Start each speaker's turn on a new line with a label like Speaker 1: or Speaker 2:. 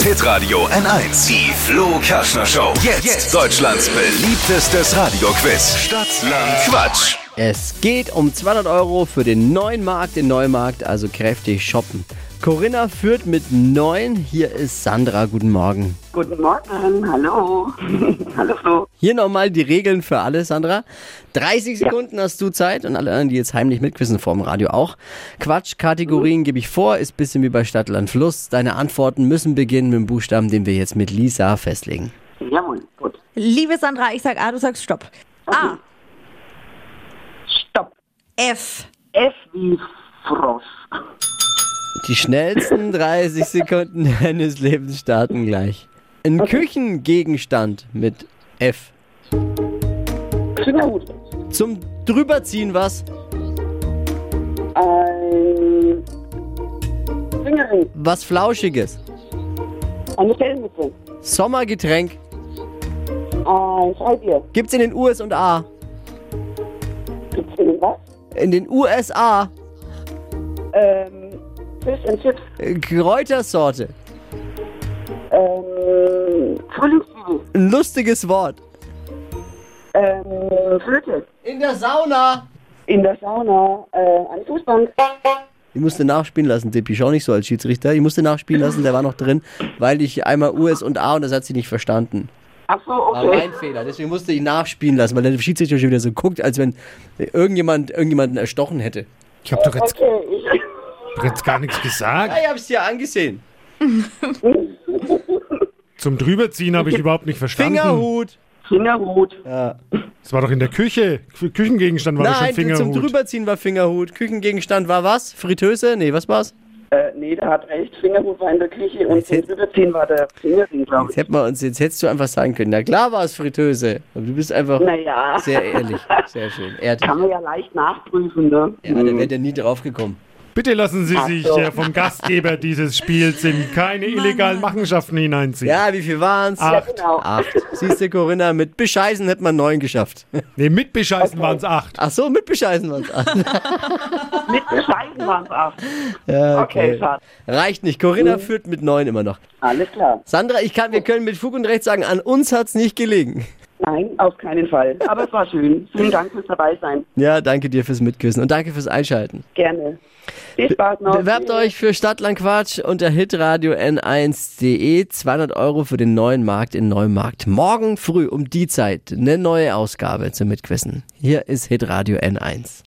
Speaker 1: Hitradio N1. Die Flo Kaschner Show. Jetzt, Deutschlands beliebtestes Radioquiz. Stadt, Land, Quatsch.
Speaker 2: Es geht um 200 Euro für den neuen Markt in Neumarkt, also kräftig shoppen. Corinna führt mit 9. Hier ist Sandra. Guten Morgen.
Speaker 3: Guten Morgen, hallo. hallo Flo.
Speaker 2: Hier nochmal die Regeln für alle, Sandra. 30 Sekunden hast du Zeit und alle anderen, die jetzt heimlich mitquissen vorm Radio auch. Quatsch, Kategorien gebe ich vor, ist bisschen wie bei Stadt, Land, Fluss. Deine Antworten müssen beginnen mit dem Buchstaben, den wir jetzt mit Lisa festlegen.
Speaker 3: Jawohl, gut.
Speaker 4: Liebe Sandra, ich sag A, du sagst Stopp. A,
Speaker 3: Stopp.
Speaker 4: F,
Speaker 3: F wie Frosch.
Speaker 2: Die schnellsten 30 Sekunden deines Lebens starten gleich. Ein Küchengegenstand mit F.
Speaker 3: Fingerhut.
Speaker 2: Zum drüberziehen was?
Speaker 3: Ein Fingerring.
Speaker 2: Was Flauschiges.
Speaker 3: Eine Fellmütze.
Speaker 2: Sommergetränk.
Speaker 3: Ein Freibier.
Speaker 2: Gibt's in den USA.
Speaker 3: Gibt's denn was?
Speaker 2: In den USA.
Speaker 3: Ähm, Fisch and Chips.
Speaker 2: Äh, Kräutersorte.
Speaker 3: Ähm, Frühlingszwiebel.
Speaker 2: Ein lustiges Wort.
Speaker 3: Ähm, Flöte.
Speaker 2: In der Sauna.
Speaker 3: In der Sauna. Äh, eine Fußbank.
Speaker 2: Ich musste nachspielen lassen, Dippi. Schau nicht so als Schiedsrichter. Ich musste nachspielen lassen, der war noch drin, weil ich einmal US und A und das hat sie nicht verstanden.
Speaker 3: Ach so,
Speaker 2: War
Speaker 3: okay.
Speaker 2: mein Fehler. Deswegen musste ich nachspielen lassen, weil der Schiedsrichter schon wieder so guckt, als wenn irgendjemand irgendjemanden erstochen hätte.
Speaker 5: Ich habe doch jetzt,
Speaker 3: Okay, ich.
Speaker 5: doch jetzt gar nichts gesagt.
Speaker 2: Ich hab's dir angesehen.
Speaker 5: Zum Drüberziehen habe ich überhaupt nicht verstanden.
Speaker 2: Fingerhut.
Speaker 3: Fingerhut.
Speaker 2: Ja.
Speaker 5: Das war doch in der Küche. Kü- Küchengegenstand war doch schon
Speaker 2: Nein, du, zum
Speaker 5: Fingerhut.
Speaker 2: Drüberziehen war Fingerhut. Küchengegenstand war was? Fritteuse? Nee, was war's?
Speaker 3: Äh, nee, der hat recht. Fingerhut war in der Küche und zum
Speaker 2: hätt-
Speaker 3: Überziehen war der Fingerring, glaube
Speaker 2: Jetzt
Speaker 3: ich.
Speaker 2: hätten wir uns, jetzt hättest du einfach sagen können, na klar war es Fritteuse. Aber du bist einfach
Speaker 3: Naja,
Speaker 2: sehr ehrlich. Sehr schön. Erd.
Speaker 3: kann man ja leicht nachprüfen, ne?
Speaker 2: Ja, da wäre der nie drauf gekommen.
Speaker 5: Bitte lassen Sie sich
Speaker 3: so.
Speaker 5: äh, vom Gastgeber dieses Spiels in keine illegalen Machenschaften hineinziehen.
Speaker 2: Ja, wie viel waren's?
Speaker 5: Acht.
Speaker 3: Genau.
Speaker 2: Acht. Siehst du, Corinna, mit Bescheißen hätte man neun geschafft.
Speaker 5: Nee, mit
Speaker 2: Also,
Speaker 5: Bescheißen waren es acht.
Speaker 2: Ach so, mit Bescheißen war's acht.
Speaker 3: Mit Bescheiden waren es acht.
Speaker 2: Ja,
Speaker 3: Okay, schade.
Speaker 2: Reicht nicht. Corinna führt mit neun immer noch.
Speaker 3: Alles klar.
Speaker 2: Sandra, ich kann, wir können mit Fug und Recht sagen, an uns hat's nicht gelegen.
Speaker 3: Nein, auf keinen Fall. Aber es war schön. Vielen Dank fürs Dabeisein.
Speaker 2: Ja, danke dir fürs Mitquissen und danke fürs Einschalten.
Speaker 3: Gerne. Viel Spaß noch.
Speaker 2: Bewerbt euch für Stadtlandquatsch unter hitradio n1.de. 200 Euro für den neuen Markt in Neumarkt. Morgen früh um die Zeit eine neue Ausgabe zum Mitquissen. Hier ist hitradio n1.